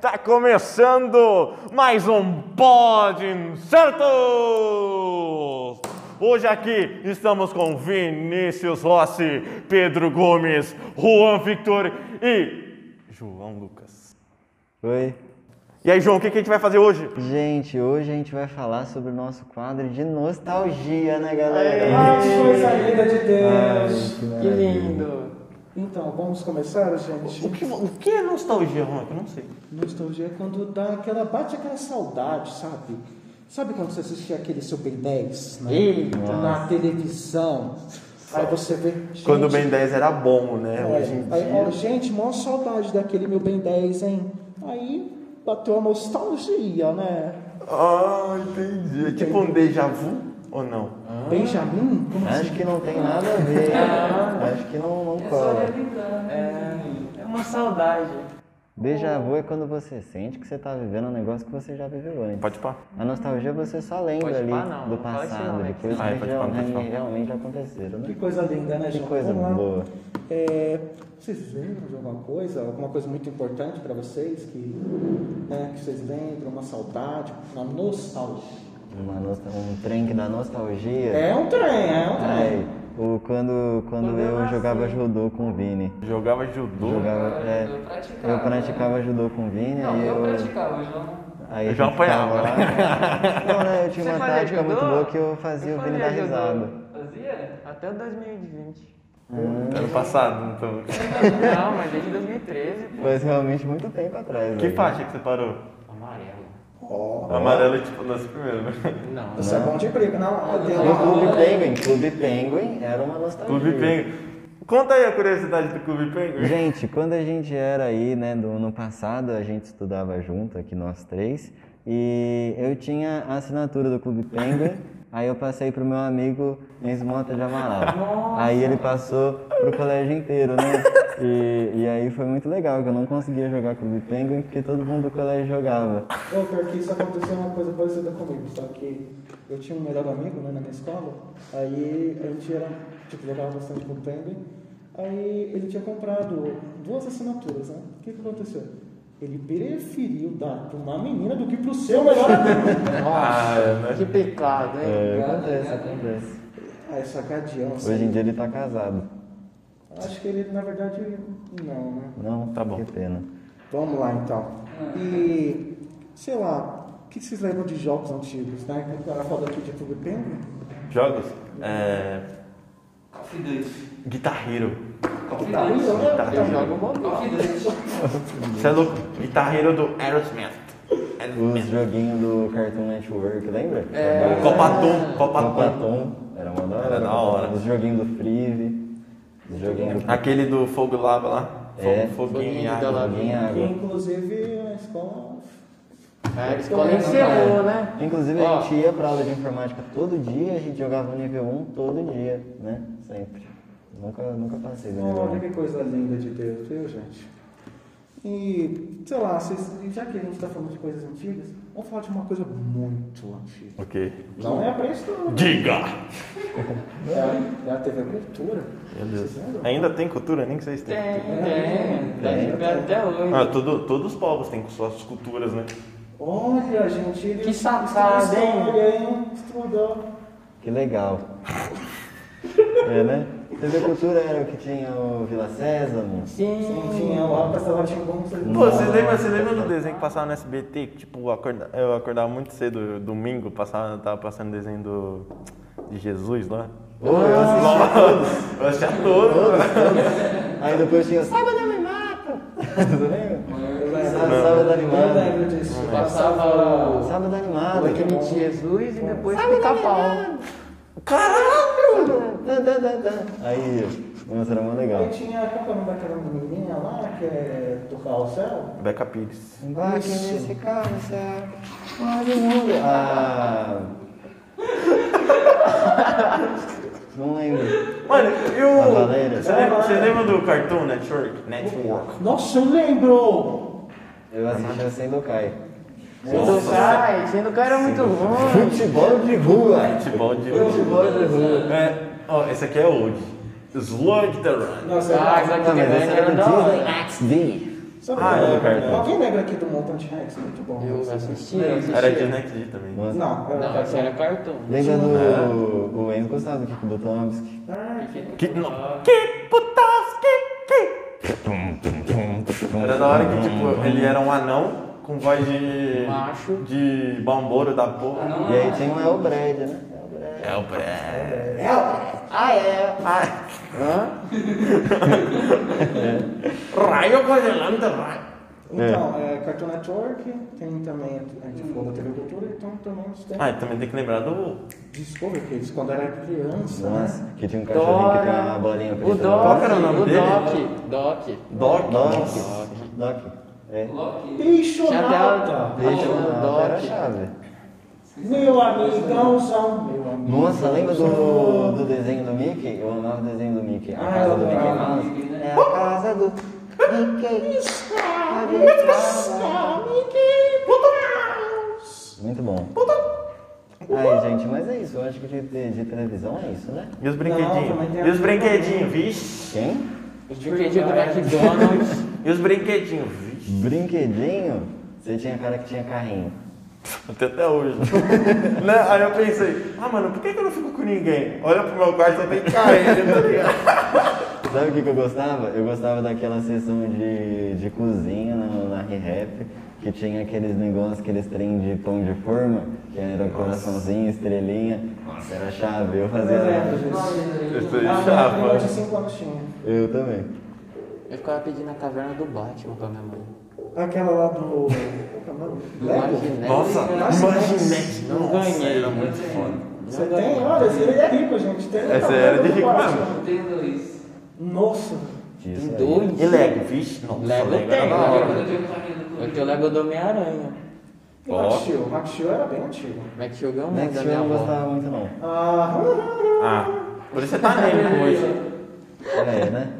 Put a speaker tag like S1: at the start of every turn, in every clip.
S1: Tá começando mais um Pod Incertos! Hoje aqui estamos com Vinícius Rossi, Pedro Gomes, Juan Victor e João Lucas.
S2: Oi.
S1: E aí, João, o que, que a gente vai fazer hoje?
S2: Gente, hoje a gente vai falar sobre o nosso quadro de nostalgia, né, galera?
S3: Ai, que coisa linda de Deus!
S2: Ai, que
S3: que
S2: maravilha.
S3: lindo! Então, vamos começar, gente?
S1: O que, o que é nostalgia, Juan? Que eu não sei.
S3: Nostalgia é quando dá aquela, bate aquela saudade, sabe? Sabe quando você assistia aquele Super 10, né? Na televisão. Aí você vê. Gente,
S1: Quando o Ben 10 era bom, né?
S3: é,
S1: Hoje em
S3: aí, ó,
S1: dia.
S3: gente, mó saudade daquele meu Ben 10, hein? Aí bateu a nostalgia, né?
S1: Ah, entendi. É tipo um déjà vu ou não?
S3: Ah. Benjamin? Como
S2: Acho que não tem nada a ver. Acho que não, não cola.
S4: É, é uma saudade.
S2: Déjà vu é quando você sente que você tá vivendo um negócio que você já viveu antes.
S1: Pode pá.
S2: A nostalgia você só lembra
S4: Pode
S2: ali
S4: pá, não.
S2: do
S4: Não fala isso
S2: passado,
S4: não, né?
S2: de coisas
S1: Ah, é,
S2: que
S1: pode pá, não pode pá.
S2: realmente, realmente aconteceram,
S3: Que
S2: né?
S3: coisa linda, né,
S2: Que
S3: João?
S2: coisa
S3: Vamos lá.
S2: boa.
S3: É, vocês lembram de alguma coisa? Alguma coisa muito importante para vocês? Que, né, que vocês lembram? Uma saudade? Uma nostalgia?
S2: Uma nostal- um trem que dá nostalgia.
S3: É um trem, é um trem.
S2: Ai, o, quando, quando
S4: Quando eu
S2: eu
S4: nasci.
S2: jogava judô com o Vini.
S1: Jogava judô.
S2: Jogava,
S4: Eu
S2: é,
S4: praticava.
S2: eu praticava judô com o Vini,
S4: Não,
S2: aí
S4: eu
S2: eu
S4: praticava, eu não.
S2: Aí
S1: Eu
S2: a
S1: já
S2: gente
S1: apanhava.
S2: tava lá. Não, né? Eu tinha
S4: Você
S2: uma
S4: fazia
S2: tática
S4: judô?
S2: muito boa que eu fazia o Vini dar
S4: judô.
S2: risada.
S4: Fazia? Até 2020.
S1: Ano passado, então.
S4: não, mas desde 2013, pô.
S2: Foi realmente muito tempo atrás.
S1: Que
S2: aí.
S1: faixa que você parou?
S4: Amarelo.
S3: Ó,
S1: Amarelo, tipo, nas primeiras.
S4: Não.
S3: isso é bom de briga. Não, eu
S2: E
S3: tenho
S2: o
S3: uma...
S2: Clube Penguin. Clube Penguin era uma nostalgia.
S1: Clube Penguin. Conta aí a curiosidade do Clube Penguin.
S2: Gente, quando a gente era aí, né, do ano passado, a gente estudava junto aqui, nós três. E eu tinha a assinatura do Clube Penguin. aí eu passei pro meu amigo Enzo Mota de Amaral. Aí ele passou pro colégio inteiro, né? E, e aí foi muito legal, que eu não conseguia jogar Clube Penguin porque todo mundo do colégio jogava.
S3: Ô, pior que isso aconteceu uma coisa parecida comigo, só que eu tinha um melhor amigo né, na minha escola, aí a gente era, tipo, jogava bastante com o Penguin, aí ele tinha comprado duas assinaturas, né? O que, que aconteceu? Ele preferiu dar pra uma menina do que pro seu melhor
S1: Ah,
S3: amigo.
S1: é, né?
S4: Que pecado,
S2: É,
S4: Tá,
S2: acontece, acontece.
S3: Ah, é sacadinho, assim.
S2: Hoje em dia ele tá casado.
S3: Acho que ele, na verdade, não, né?
S2: Não,
S1: Tá bom.
S2: Que pena.
S3: Vamos lá, então. E, sei lá, o que vocês lembram de jogos antigos, né? Ela falou aqui de Clube Penguin.
S1: Jogos? É.
S4: Call of Duty.
S1: Guitar Hero.
S4: Call of
S3: Tá, eu
S4: Duty.
S3: lembro.
S4: Eu jogo Mobile. Call of Duty.
S1: Você é louco? Guitar Hero do Aerosmith.
S2: Os
S1: Aerosmith.
S2: joguinhos do Cartoon Network, lembra?
S4: É.
S1: Copatom. Copatom.
S2: Papatom. Era uma da hora.
S1: Era da hora.
S2: Os joguinhos do Freeve. Os joguinhos do
S1: Aquele do Fogo Lava lá.
S2: É.
S1: Fogo, foguinho e
S4: Foguinho da
S1: água.
S4: lava.
S2: Joguinho em
S3: Que
S2: água.
S3: inclusive a escola.
S4: A É, escola encerrou, né?
S2: é? Inclusive
S4: Ó.
S2: a gente ia pra aula de informática todo dia, a gente jogava o nível 1 todo dia, né? Sempre. Nunca, nunca passei do nível
S3: Olha
S2: 1.
S3: que coisa linda de Deus, viu, gente? E, sei lá, vocês- já que a gente tá falando de coisas antigas, vamos falar de uma coisa muito antiga.
S1: Ok.
S3: Não é a pré-história,
S1: Diga!
S3: é, a- é a TV Cultura.
S1: Meu Deus.
S3: Vocês lembram?
S1: Ainda tem cultura? Nem que vocês têm.
S4: Tem, tem. Deve ver até hoje.
S1: Ah, todo, todos os povos têm suas culturas, né?
S3: Olha, gente, ele
S4: Que sacada, hein?
S3: história, hein? Estudou.
S2: Que legal. é, né? TV Cultura era o que tinha o Vila Sésamo.
S3: Sim, tinha lá pra Castelo Rá-Tim-Bum, vocês
S1: Pô, vocês lembram, vocês lembram do desenho que passava no SBT? Que, tipo, acorda- eu acordava muito cedo, domingo, passava, tava passando desenho do, de Jesus lá.
S2: Ô, eu assisti todos.
S1: Eu achei todo.
S2: Aí depois tinha Sábado eu me mato. Você lembra? Sábado Sábado
S3: Eu
S2: animado.
S3: lembro disso.
S4: Passava o.
S2: Sábado animado.
S4: Aquele de Jesus e depois pica-pau.
S2: Caralho! Dã, dã, dã, dã. Aí, nossa, era muito legal.
S3: Aí tinha, qual que é o nome daquela menininha lá, que é do carrossel?
S1: Beca Pires.
S2: Embarque nesse carro, céu. Quase um mundo. Ah. Não lembro.
S1: Mano, e o.
S2: A Valéria.
S1: Você lembra, você lembra do Cartoon Network? Network.
S3: Nossa, eu lembro!
S2: Eu assisti a Sendokai.
S4: Sendo cai, sendo cai era muito ruim.
S2: Futebol de rua.
S1: Futebol de.
S2: Futebol de rua.
S1: É, ó, esse aqui é old. Slug the Run.
S3: Nossa,
S4: Ah,
S3: ah,
S4: Zack
S2: Não, mas
S4: Branco
S2: esse era
S4: era
S2: do
S4: da hora.
S2: Disney XD.
S3: Sabe?
S1: Ah,
S3: é,
S1: eu lembro.
S3: Alguém lembra aqui do Montante Rex? Muito bom.
S4: Eu assisti, eu assisti.
S1: Era Disney XD também.
S3: Não, era
S4: Não, esse era cartão.
S2: Lembra do. O Enzo gostava do Kiko Butomski.
S1: Que, não. que putaski, que... Era da hora que, tipo, ele era um anão com voz de...
S4: Macho.
S1: De bombeiro da porra.
S2: E aí tem o El Bred, né? El Bred.
S1: É o pré.
S4: Ah, é.
S1: Raio congelante, raio.
S3: Então, é. Cartoon Network, tem também, a gente falou da TV Cultura, então também os tem
S1: Ah, e também tem que lembrar do...
S3: Discovery Kids, quando era criança, né?
S2: Nossa, que tinha um cachorrinho que tem uma
S4: Dora.
S2: bolinha preta.
S4: O
S2: no
S1: Qual
S4: Doc.
S1: que era o nome
S4: o
S1: dele?
S4: Doc. Doc.
S1: Doc.
S2: Doc. Doc. É.
S4: Bichonauta.
S2: Deixa eu
S4: Ah,
S2: não,
S4: Doc.
S2: era a chave.
S3: Meu amigão são... Meu amigo.
S2: Nossa, lembra do, do desenho do Mickey? Eu amava o desenho do Mickey. A
S3: Ah,
S2: casa
S3: eu
S2: do Mickey
S3: amava.
S2: Mouse é a casa do Mickey. Muito bom. Aí, gente, mas é isso. Eu acho que de, de- de televisão é isso, né?
S1: E os
S3: Não, também
S1: brinquedinhos?
S3: tem
S1: E os
S3: a-
S1: brinquedinhos, vixe?
S2: Quem?
S4: Os brinquedinhos do McDonald's.
S1: E os brinquedinhos, vixe?
S2: Brinquedinho? Você tinha cara que tinha carrinho.
S1: Até até hoje. né? Aí eu pensei, ah, mano, por que que eu não fico com ninguém? Olha pro meu quarto, só tem carreira, tá ligado?
S2: Sabe o que, que eu gostava? Eu gostava daquela sessão de, de cozinha na, na Re-Rap, que tinha aqueles negócios, aqueles trem de pão de forma, que era coraçãozinho, estrelinha. Nossa, era chave, eu
S3: Eu
S4: É.
S3: lembro
S2: fazia.
S3: disso.
S1: Eu tô
S3: é, Ah, minha prima de
S1: chapa.
S3: 5 anos tinha.
S2: Eu também.
S4: Eu ficava pedindo a taverna do Batman pra minha mãe.
S3: Aquela lá do... Qual que é o nome?
S4: Do
S3: Lego?
S4: Imaginex.
S1: Nossa,
S3: Nossa,
S1: Imaginex.
S4: não
S1: Nossa,
S4: ganhei.
S1: Era muito foda.
S3: Você tem? Olha, esse aí é rico, gente. Tem
S1: Essa era de rico mesmo.
S5: Tem dois.
S3: assim. Nossa.
S2: Isso aí.
S4: Dois. né,
S1: E Lego, vixe? Nossa,
S4: Lego
S1: era
S4: tem, né?
S1: da hora.
S4: Lego.
S5: Eu tenho um carrinho do
S4: Eu tenho o Lego do Homem-Aranha.
S3: E
S1: Ó.
S3: Max Steel? Max Steel era bem antigo.
S4: Max Shogun é um
S2: Next
S4: da
S2: Show eu
S4: minha
S2: não
S4: avó.
S2: gostava muito não.
S3: Ah,
S1: Ah, por isso você tá nele hoje.
S2: Era aí, né?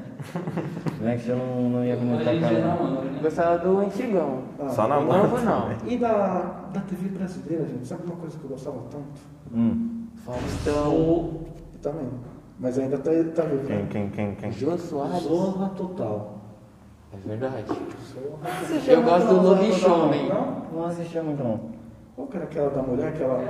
S2: é Next Show eu não, não ia
S5: Hoje
S2: comentar
S5: em dia
S2: cara.
S5: não,
S2: não.
S5: mano.
S4: Eu
S5: né?
S4: gostava do antigão.
S1: Só na
S4: O
S1: mão.
S4: novo Ah, não.
S3: E da, da TV brasileira, gente, sabe uma coisa que eu gostava tanto?
S2: Hum.
S4: Faustão.
S3: Eu também. Mas ainda tá, tá vivo.
S1: Quem,
S3: né?
S1: quem, quem, quem?
S4: Jô Soares.
S3: Zorra total.
S4: É verdade.
S3: Zorra.
S4: Eu gosto do lobisomem.
S3: Não?
S2: Não assistia muito não.
S3: Qual que era aquela da mulher, aquela.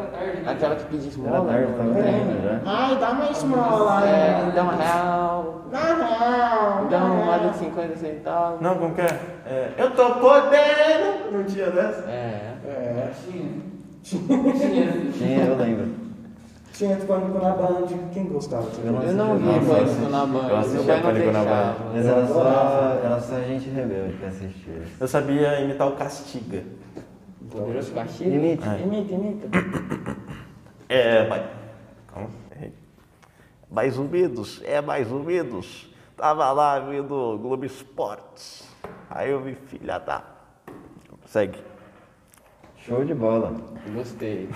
S4: Aquela que pedia
S2: Era
S4: esmola.
S2: tarde, tava
S4: mano.
S2: treinando já.
S3: Ai, dá uma esmola.
S4: É, me dá um real.
S3: Na real.
S4: Dá um vale de 50 centavos.
S1: Não, como que é? É, Eu tô podendo! Não tinha dessa?
S4: É.
S3: É.
S5: Tinha.
S2: Tinha, eu lembro.
S3: Tinha pânico na Band. Quem gostava? de ver?
S2: Eu não
S4: Eu não
S2: assistia,
S4: vi
S2: não,
S4: Pânico na
S1: Eu
S4: Band.
S1: assisti
S4: Meu pai não
S1: Pânico na
S4: deixava.
S2: Mas era só, era só gente rebelde que assistia.
S1: Eu sabia imitar o Castiga.
S4: Poderoso Castigo?
S2: Limite.
S1: É.
S4: Imita, imita.
S1: É, vai. Calma. errei. Mais ouvidos, é mais ouvidos. Tava lá vendo Globo Esportes. Aí eu vi filha da. Segue.
S2: Show de bola.
S4: Gostei.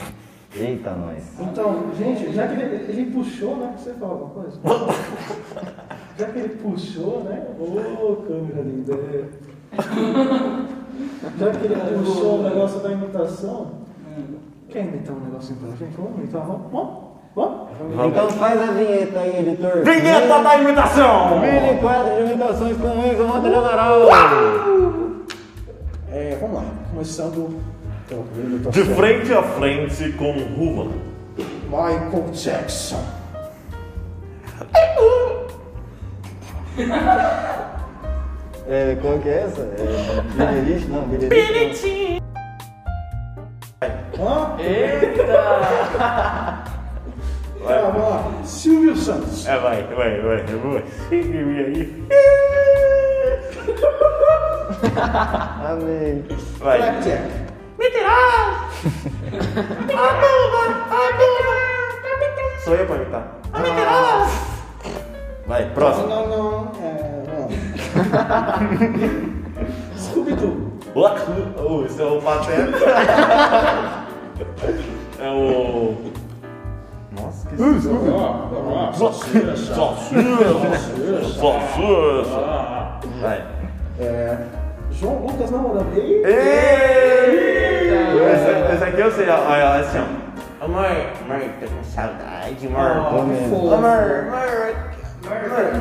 S2: Eita, nós.
S3: Então, gente, já que ele, ele puxou, né? Você fala alguma coisa? já que ele puxou, né? Ô, câmera linda. é. já que ele puxou o negócio da imitação, quer imitar um negocinho pra gente? Vamos imitar, vamos? Vamos? Vamos?
S2: Então faz a vinheta aí, editor.
S1: Vinheta da imitação!
S2: Mini quadro de imitações com o Enzo Monte de Amaral.
S3: É, vamos lá. Começando pela primeira
S1: De
S3: imitação.
S1: frente a frente com rua.
S3: Michael Jackson.
S2: É, qual que é essa? É, Bilirich? Não, Bilirich.
S3: Hã?
S4: Eita!
S3: Ah, vamos lá. Silvio Santos.
S1: É, vai, vai, vai. Eu vou. Segue-me aí.
S2: não. Amém.
S3: é
S1: Vai.
S3: Blackjack.
S1: Sou eu pra imitar. Vai, próximo.
S3: Ah. Não, não, não. É, não. Scooby-Doo.
S1: Olá, oh, esse é o Pateta. é o. Nossa, que Salsicha! Salsicha! Vai.
S3: É, João Lucas namorando. Ei,
S1: Esse, esse aqui eu sei, ó, ó, assim, ó. Amor, amor, tô com saudade, amor.
S2: Amém.
S1: Amor, amor. amor,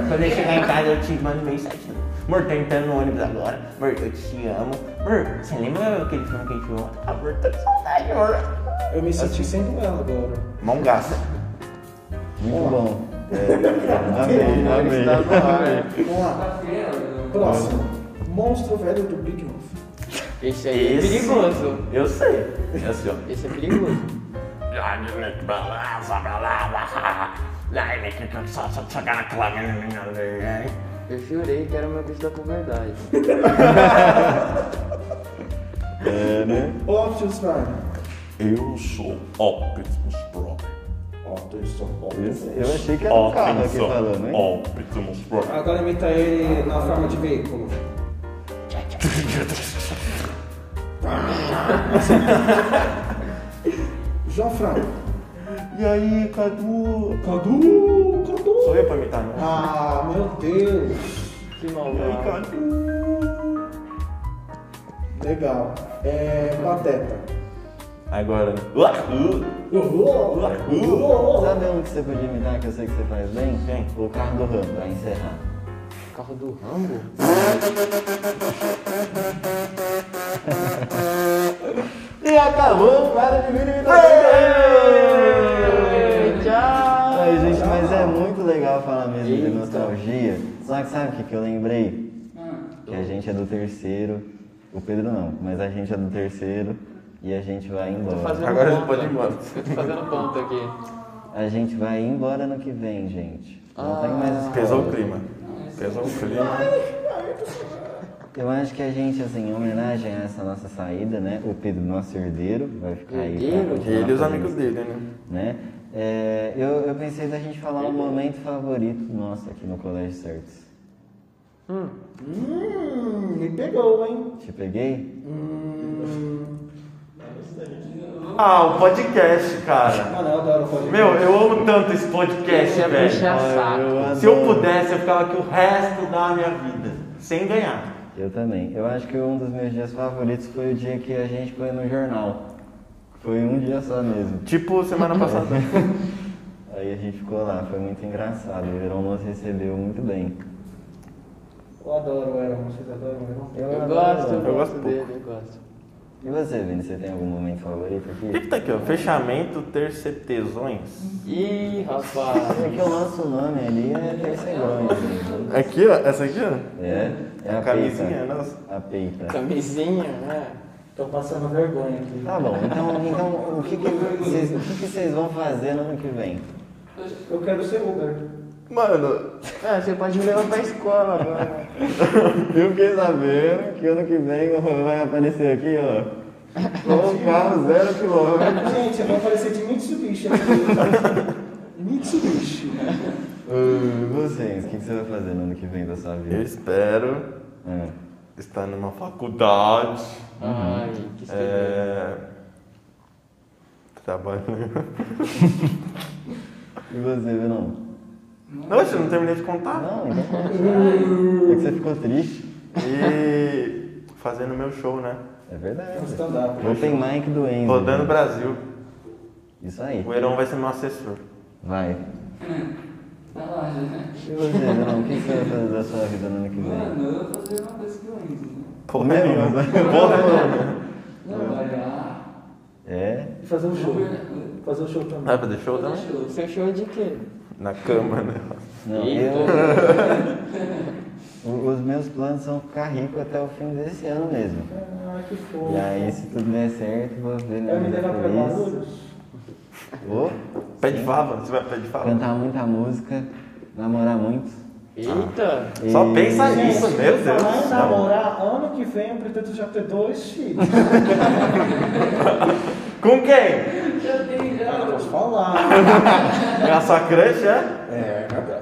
S1: Quando eu chegar em casa eu te mando mensagem. Amor, tô entrando no ônibus agora. Amor, eu te amo. Amor, você lembra aquele filme que a gente viu ontem? Amor, tô com saudade, amor.
S3: Eu me senti sendo ela agora.
S1: Mão gasta.
S2: Muito bom. É,
S4: Amém. Está no ar.
S3: Vamos lá. Próximo. Monstro Velho do Big Mouth.
S4: Esse aí é perigoso.
S1: Eu sei. É assim, ó.
S4: Esse é perigoso. Eu jurei que era uma bicho da verdade.
S3: Optimus Prime.
S1: Eu sou Optimus Prime.
S3: Optimus
S2: Eu achei que era um carro aqui
S1: Optimus-
S2: falando, hein?
S1: Optimus Prime.
S3: Agora imita ele na forma de veículo. João Franco.
S1: E aí, Cadu?
S3: Cadu, Cadu.
S1: Sou eu pra imitar, né? não?
S3: Ah, meu Deus.
S4: Que
S1: E aí,
S4: maldade.
S1: Cadu?
S3: Legal. É. Pateta.
S1: Agora. né? Uá, uh.
S2: Sabe um que você podia imitar que eu sei que você faz bem?
S1: Quem?
S2: O carro do Rambo, pra encerrar.
S4: Carro do Rambo?
S2: E acabou, para de vir
S1: um
S4: Tchau.
S2: Ai, gente, mas é muito legal falar mesmo de
S4: Eita.
S2: nostalgia. Só que sabe o que, que eu lembrei?
S5: Ah,
S2: Que a gente é do terceiro. O Pedro não, mas a gente é do terceiro e a gente vai
S4: Tô
S2: embora.
S4: fazendo
S1: Agora
S4: ponto.
S1: pode ir embora.
S4: Tô fazendo ponto aqui.
S2: A gente vai embora no que vem, gente. Não tem
S4: Ah.
S2: mais escola.
S1: Pesou o clima. Pesou o clima.
S2: Eu acho que a gente, assim, em homenagem a essa nossa saída, né? O Pedro, nosso herdeiro, vai ficar aí. pra
S4: Herdeiro?
S2: continuar
S1: Ele e os
S2: fazendo
S1: amigos dele, né?
S2: né? É, eu, eu pensei da gente falar um momento favorito nosso aqui no Colégio Certes.
S3: Hum, me pegou, hein?
S2: Te peguei?
S3: Hum.
S1: Ah, o podcast, cara.
S3: Mano, Ah, eu adoro fazer.
S1: Meu, eu amo tanto esse podcast,
S4: Esse é
S1: velho.
S4: puxa saco.
S1: Se eu pudesse, eu ficava aqui o resto da minha vida. Sem ganhar.
S2: Eu também. Eu acho que um dos meus dias favoritos foi o dia que a gente foi no jornal. Foi um dia só mesmo.
S1: Tipo semana passada.
S2: Aí a gente ficou lá, foi muito engraçado. O Verão nos recebeu muito bem.
S3: Eu adoro o Elon, vocês adoram o Elon?
S4: Eu
S2: adoro.
S4: gosto, eu
S1: gosto
S4: gosto dele, eu gosto.
S2: E você, Vini, você tem algum momento favorito
S1: O que que
S2: aqui?
S1: tá aqui, ó? Fechamento, ter certezões.
S4: Ih, rapaz.
S2: É que o nosso nome ali é Terceirões. né?
S1: Aqui, ó. Essa aqui, ó.
S2: É, é
S1: A
S2: a
S1: camisinha,
S2: peita.
S1: nossa.
S2: A peita.
S4: Camisinha, né?
S3: Tô passando vergonha aqui.
S2: Tá bom, então, então o que que vocês o que que vocês vão fazer no ano que vem?
S3: Eu quero ser Uber.
S1: Mano,
S4: Ah, você pode me levar pra escola agora.
S2: Eu fiquei sabendo que ano que vem o Juan vai aparecer aqui, ó. Com um carro zero quilômetro.
S3: Gente, vai aparecer de Mitsubishi aqui. Mitsubishi.
S1: Hum.
S2: Uh, vocês, o que que você vai fazer no ano que vem da sua
S1: eu
S2: vida?
S1: espero
S2: Ah,
S1: estar numa faculdade.
S4: Ai, que estranho.
S1: É... Trabalhando.
S2: E você, Verão?
S1: Oxe, eu não terminei de
S5: Tá.
S1: contar.
S2: Não, então continua. É que você ficou triste.
S1: E fazendo meu show, né?
S2: É verdade.
S3: É um stand-up.
S2: Open mic do Enzo.
S1: Rodando o Brasil.
S2: Isso aí.
S1: O Heron vai ser meu assessor.
S2: Vai.
S5: Tá lá, já.
S2: E você, Verão, o que que você vai fazer da sua vida no ano que vem?
S5: Mano, eu vou fazer uma coisa que eu amo, né?
S1: Porra, é
S2: Mesmo?
S1: Porra, nenhuma.
S5: Trabalhar.
S2: É.
S3: E fazer um show. Fazer um show também.
S1: Vai fazer show
S5: Fazer
S1: também?
S5: show.
S4: Seu show de quê?
S1: Na cama, né?
S2: Não, eu...
S4: Eita.
S2: O- Os meus planos são ficar rico até o fim desse ano mesmo.
S3: Ah, que
S2: E
S3: fofo.
S2: aí, se tudo der certo, vou ver minha
S3: Vai me
S2: vida
S3: levar pra
S2: feliz.
S3: Guarulhos?
S2: Vou
S1: Pé de fava, você vai pra pé de fava?
S2: cantar muita música, namorar muito.
S4: Eita!
S2: E-
S1: Só pensa nisso,
S3: Gente,
S1: meu Deus.
S3: falar em
S1: do céu.
S3: namorar, ano que vem eu pretendo já ter dois filhos.
S1: Com quem?
S5: Já tem, já.
S3: Cara, eu vou te falar.
S1: É a sua crush, é?
S3: É, verdade.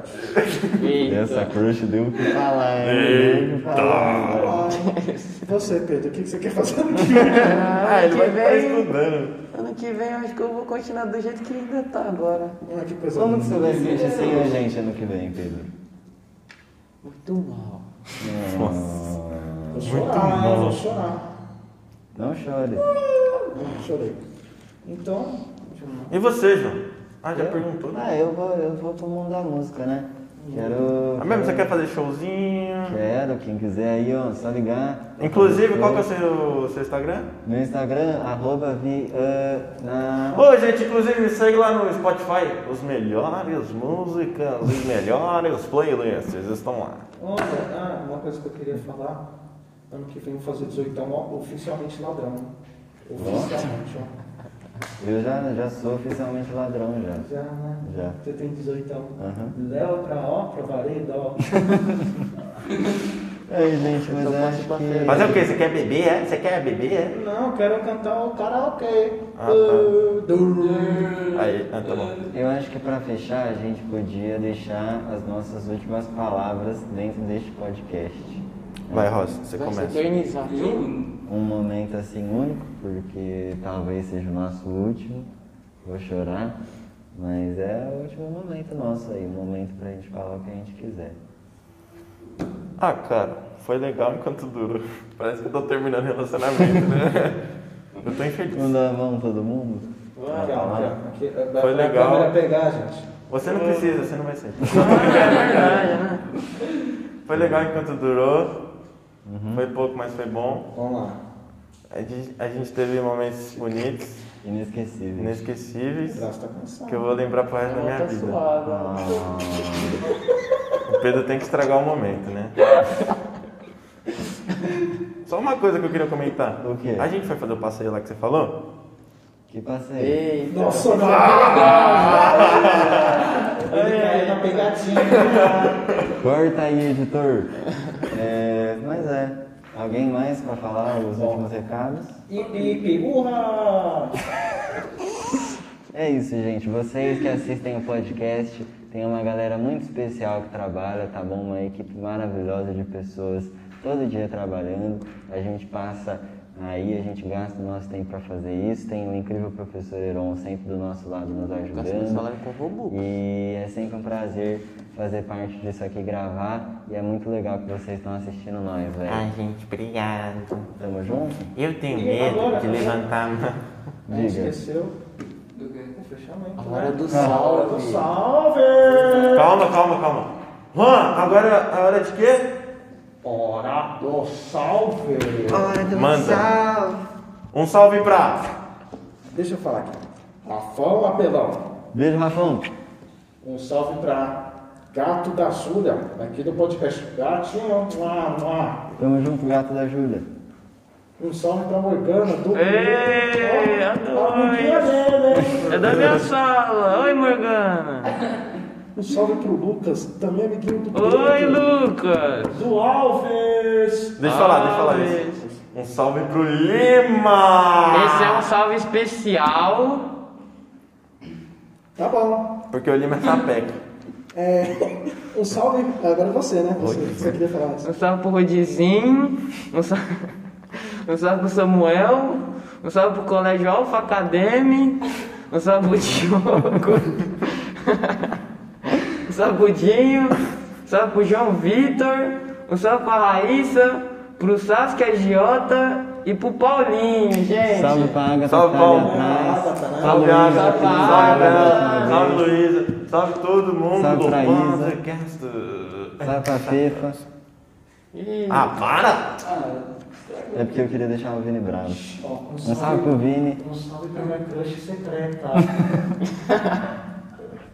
S2: Essa
S4: Eita!
S2: crush deu o que falar, hein? Deu o que falar.
S3: Você, Pedro, o que que você quer fazer aqui?
S1: Ah, ele
S4: que
S1: vai ficar
S4: vem.
S1: estudando.
S4: Ano que vem eu acho que eu vou continuar do jeito que ainda tá agora.
S3: Ah, que pesado.
S2: Como que você vai se sentir sem a gente ano que vem, Pedro?
S4: Muito mal.
S3: Vou chorar, eu vou chorar.
S2: Não chore.
S3: Ah, Chorei. Então, deixa eu
S1: E você, João? Ah, já perguntou, né?
S2: Ah, eu vou, eu vou pro mundo da música, né? Quero show.
S1: Ah, mesmo, você quer fazer showzinho?
S2: Quero, quem quiser aí, ó, só ligar.
S1: Inclusive, qual que é o seu, seu Instagram?
S2: Meu Instagram, arroba vi, ah, na...
S1: Ô, gente, inclusive me segue lá no Spotify. Os melhores músicas, os melhores playlists estão lá.
S3: Nossa, ah, uma coisa que eu queria falar. Ano que vem eu vou fazer 18 anos, oficialmente ladrão. Oficialmente, ó.
S2: Eu já, já sou oficialmente ladrão já.
S3: Já, né?
S2: Já.
S3: Você tem 18 anos.
S2: Aham.
S3: Léo pra ó, pra vareda, ó.
S2: Aí, É gente, mas
S3: Então,
S2: eu acho
S3: posso bater.
S2: que...
S1: Mas é o que? Você quer beber, é? Você quer beber, é?
S3: Não, eu quero cantar o karaokê.
S1: Ah, tá.
S3: Uh, do-
S1: Aí, ah, tá bom.
S2: Eu acho que para fechar a gente podia deixar as nossas últimas palavras dentro deste podcast.
S1: Vai, Rosa, você
S4: Vai se
S1: começa.
S4: eternizar.
S5: Eu?
S2: Um momento assim único, porque talvez seja o nosso último. Vou chorar, mas é o último momento nosso aí, o momento pra gente falar o que a gente quiser.
S1: Ah, cara, foi legal enquanto dura. Parece que eu tô terminando o relacionamento, né? Eu tô
S2: Não
S1: infeliz.
S2: dá a mão todo mundo?
S3: Vai,
S2: Tá
S3: vai,
S2: lá.
S3: aqui,
S1: Foi legal.
S3: Vai pegar, gente.
S1: Você não precisa, você não vai ser.
S4: É Verdade, né?
S1: Foi legal enquanto durou. Foi pouco, mas foi bom.
S3: Vamos lá.
S1: A gente, a gente teve momentos bonitos,
S2: Inesquecível.
S1: inesquecíveis,
S3: O braço tá cansado.
S1: que eu vou lembrar pro resto da minha
S4: Tá
S1: vida.
S4: suado.
S2: Ah,
S1: O Pedro tem que estragar o momento, né? Só uma coisa que eu queria comentar.
S2: O quê?
S1: A gente foi fazer o passeio lá que você falou?
S2: que passeio.
S4: Eita.
S3: Nossa, não. Ele caiu na pegadinha.
S2: Corta aí, editor. É, mas é. Alguém mais pra falar os últimos recados?
S3: Ip, ip, urra!
S2: É isso, gente. Vocês que assistem o podcast, tem uma galera muito especial que trabalha, tá bom? Uma equipe maravilhosa de pessoas todo dia trabalhando. A gente passa aí, a gente gasta o nosso tempo para fazer isso. Tem o incrível professor Heron sempre do nosso lado nos
S1: É.
S4: Gastando salário com
S2: ajudando.
S4: robô.
S2: E é sempre um prazer fazer parte disso aqui, gravar. E é muito legal que vocês estão assistindo nós, velho.
S1: Ah, gente, obrigado.
S2: Tamo junto?
S1: Eu tenho
S3: E medo agora, de né?
S1: levantar a mão.
S3: A gente
S2: Diga.
S3: esqueceu
S5: Do quê?
S3: o fechamento.
S4: A hora é do
S3: Hora
S1: é
S3: do
S4: salve.
S3: salve!
S1: Calma, calma, calma. Juan, agora é a hora de quê?
S3: Hora do salve!
S1: Manda. Um salve pra.
S3: Deixa eu falar aqui. Rafão Apelão.
S2: Beijo, Rafão.
S3: Um salve pra Gato da Sulha, aqui do podcast Gatinho. Mua, mua.
S2: Tamo junto, gato da Júlia.
S3: Um salve pra Morgana do.
S4: Ei,
S3: Ó,
S4: a dois.
S3: amiguinha dele, hein?
S4: É da minha sala. Oi, Morgana.
S3: Um salve pro Lucas, também amiguinho do
S4: Oi,
S3: Pedro.
S4: Lucas.
S3: Do Alves!
S1: Deixa eu falar, deixa eu falar isso. Um salve pro Lima!
S4: Esse é um salve especial.
S3: Tá bom.
S1: Porque o Lima é sapeca.
S3: É, um salve. Agora você, né? Você, você queria falar isso.
S4: Um salve pro Rodizinho. Um salve, um salve pro Samuel. Um salve pro Colégio Alfa Academy. Um salve pro Diogo. Um salve pro Dinho. Um salve pro João Vitor. Um salve pra Raíssa. Pro Saskia Giota. E pro Paulinho, gente.
S2: Salve pra Agatha
S1: Salve,
S2: que tá ali
S1: Paulo.
S2: atrás.
S3: Agatha, né?
S1: Salve, Ágata.
S4: Salve,
S1: Salve,
S4: Ágata.
S1: Ágata. Salve, Luísa. Salve todo mundo
S2: Salve,
S1: do
S2: Traísa.
S1: podcast.
S2: Salve pra Fefa.
S4: Ih,
S1: Ah, para!
S2: É porque eu queria deixar o Vini bravo.
S3: Ó, um
S2: Um salve pro Vini.
S3: Um salve pra minha crush secreta.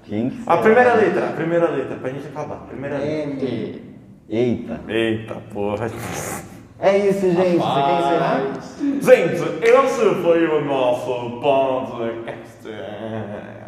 S2: Quem que
S1: A
S2: será?
S1: primeira letra, a primeira letra, pra gente acabar. Primeira letra.
S3: M.
S2: Eita.
S1: Eita porra.
S2: É isso, gente. Você quer encerrar?
S1: Gente, esse foi o nosso podcast.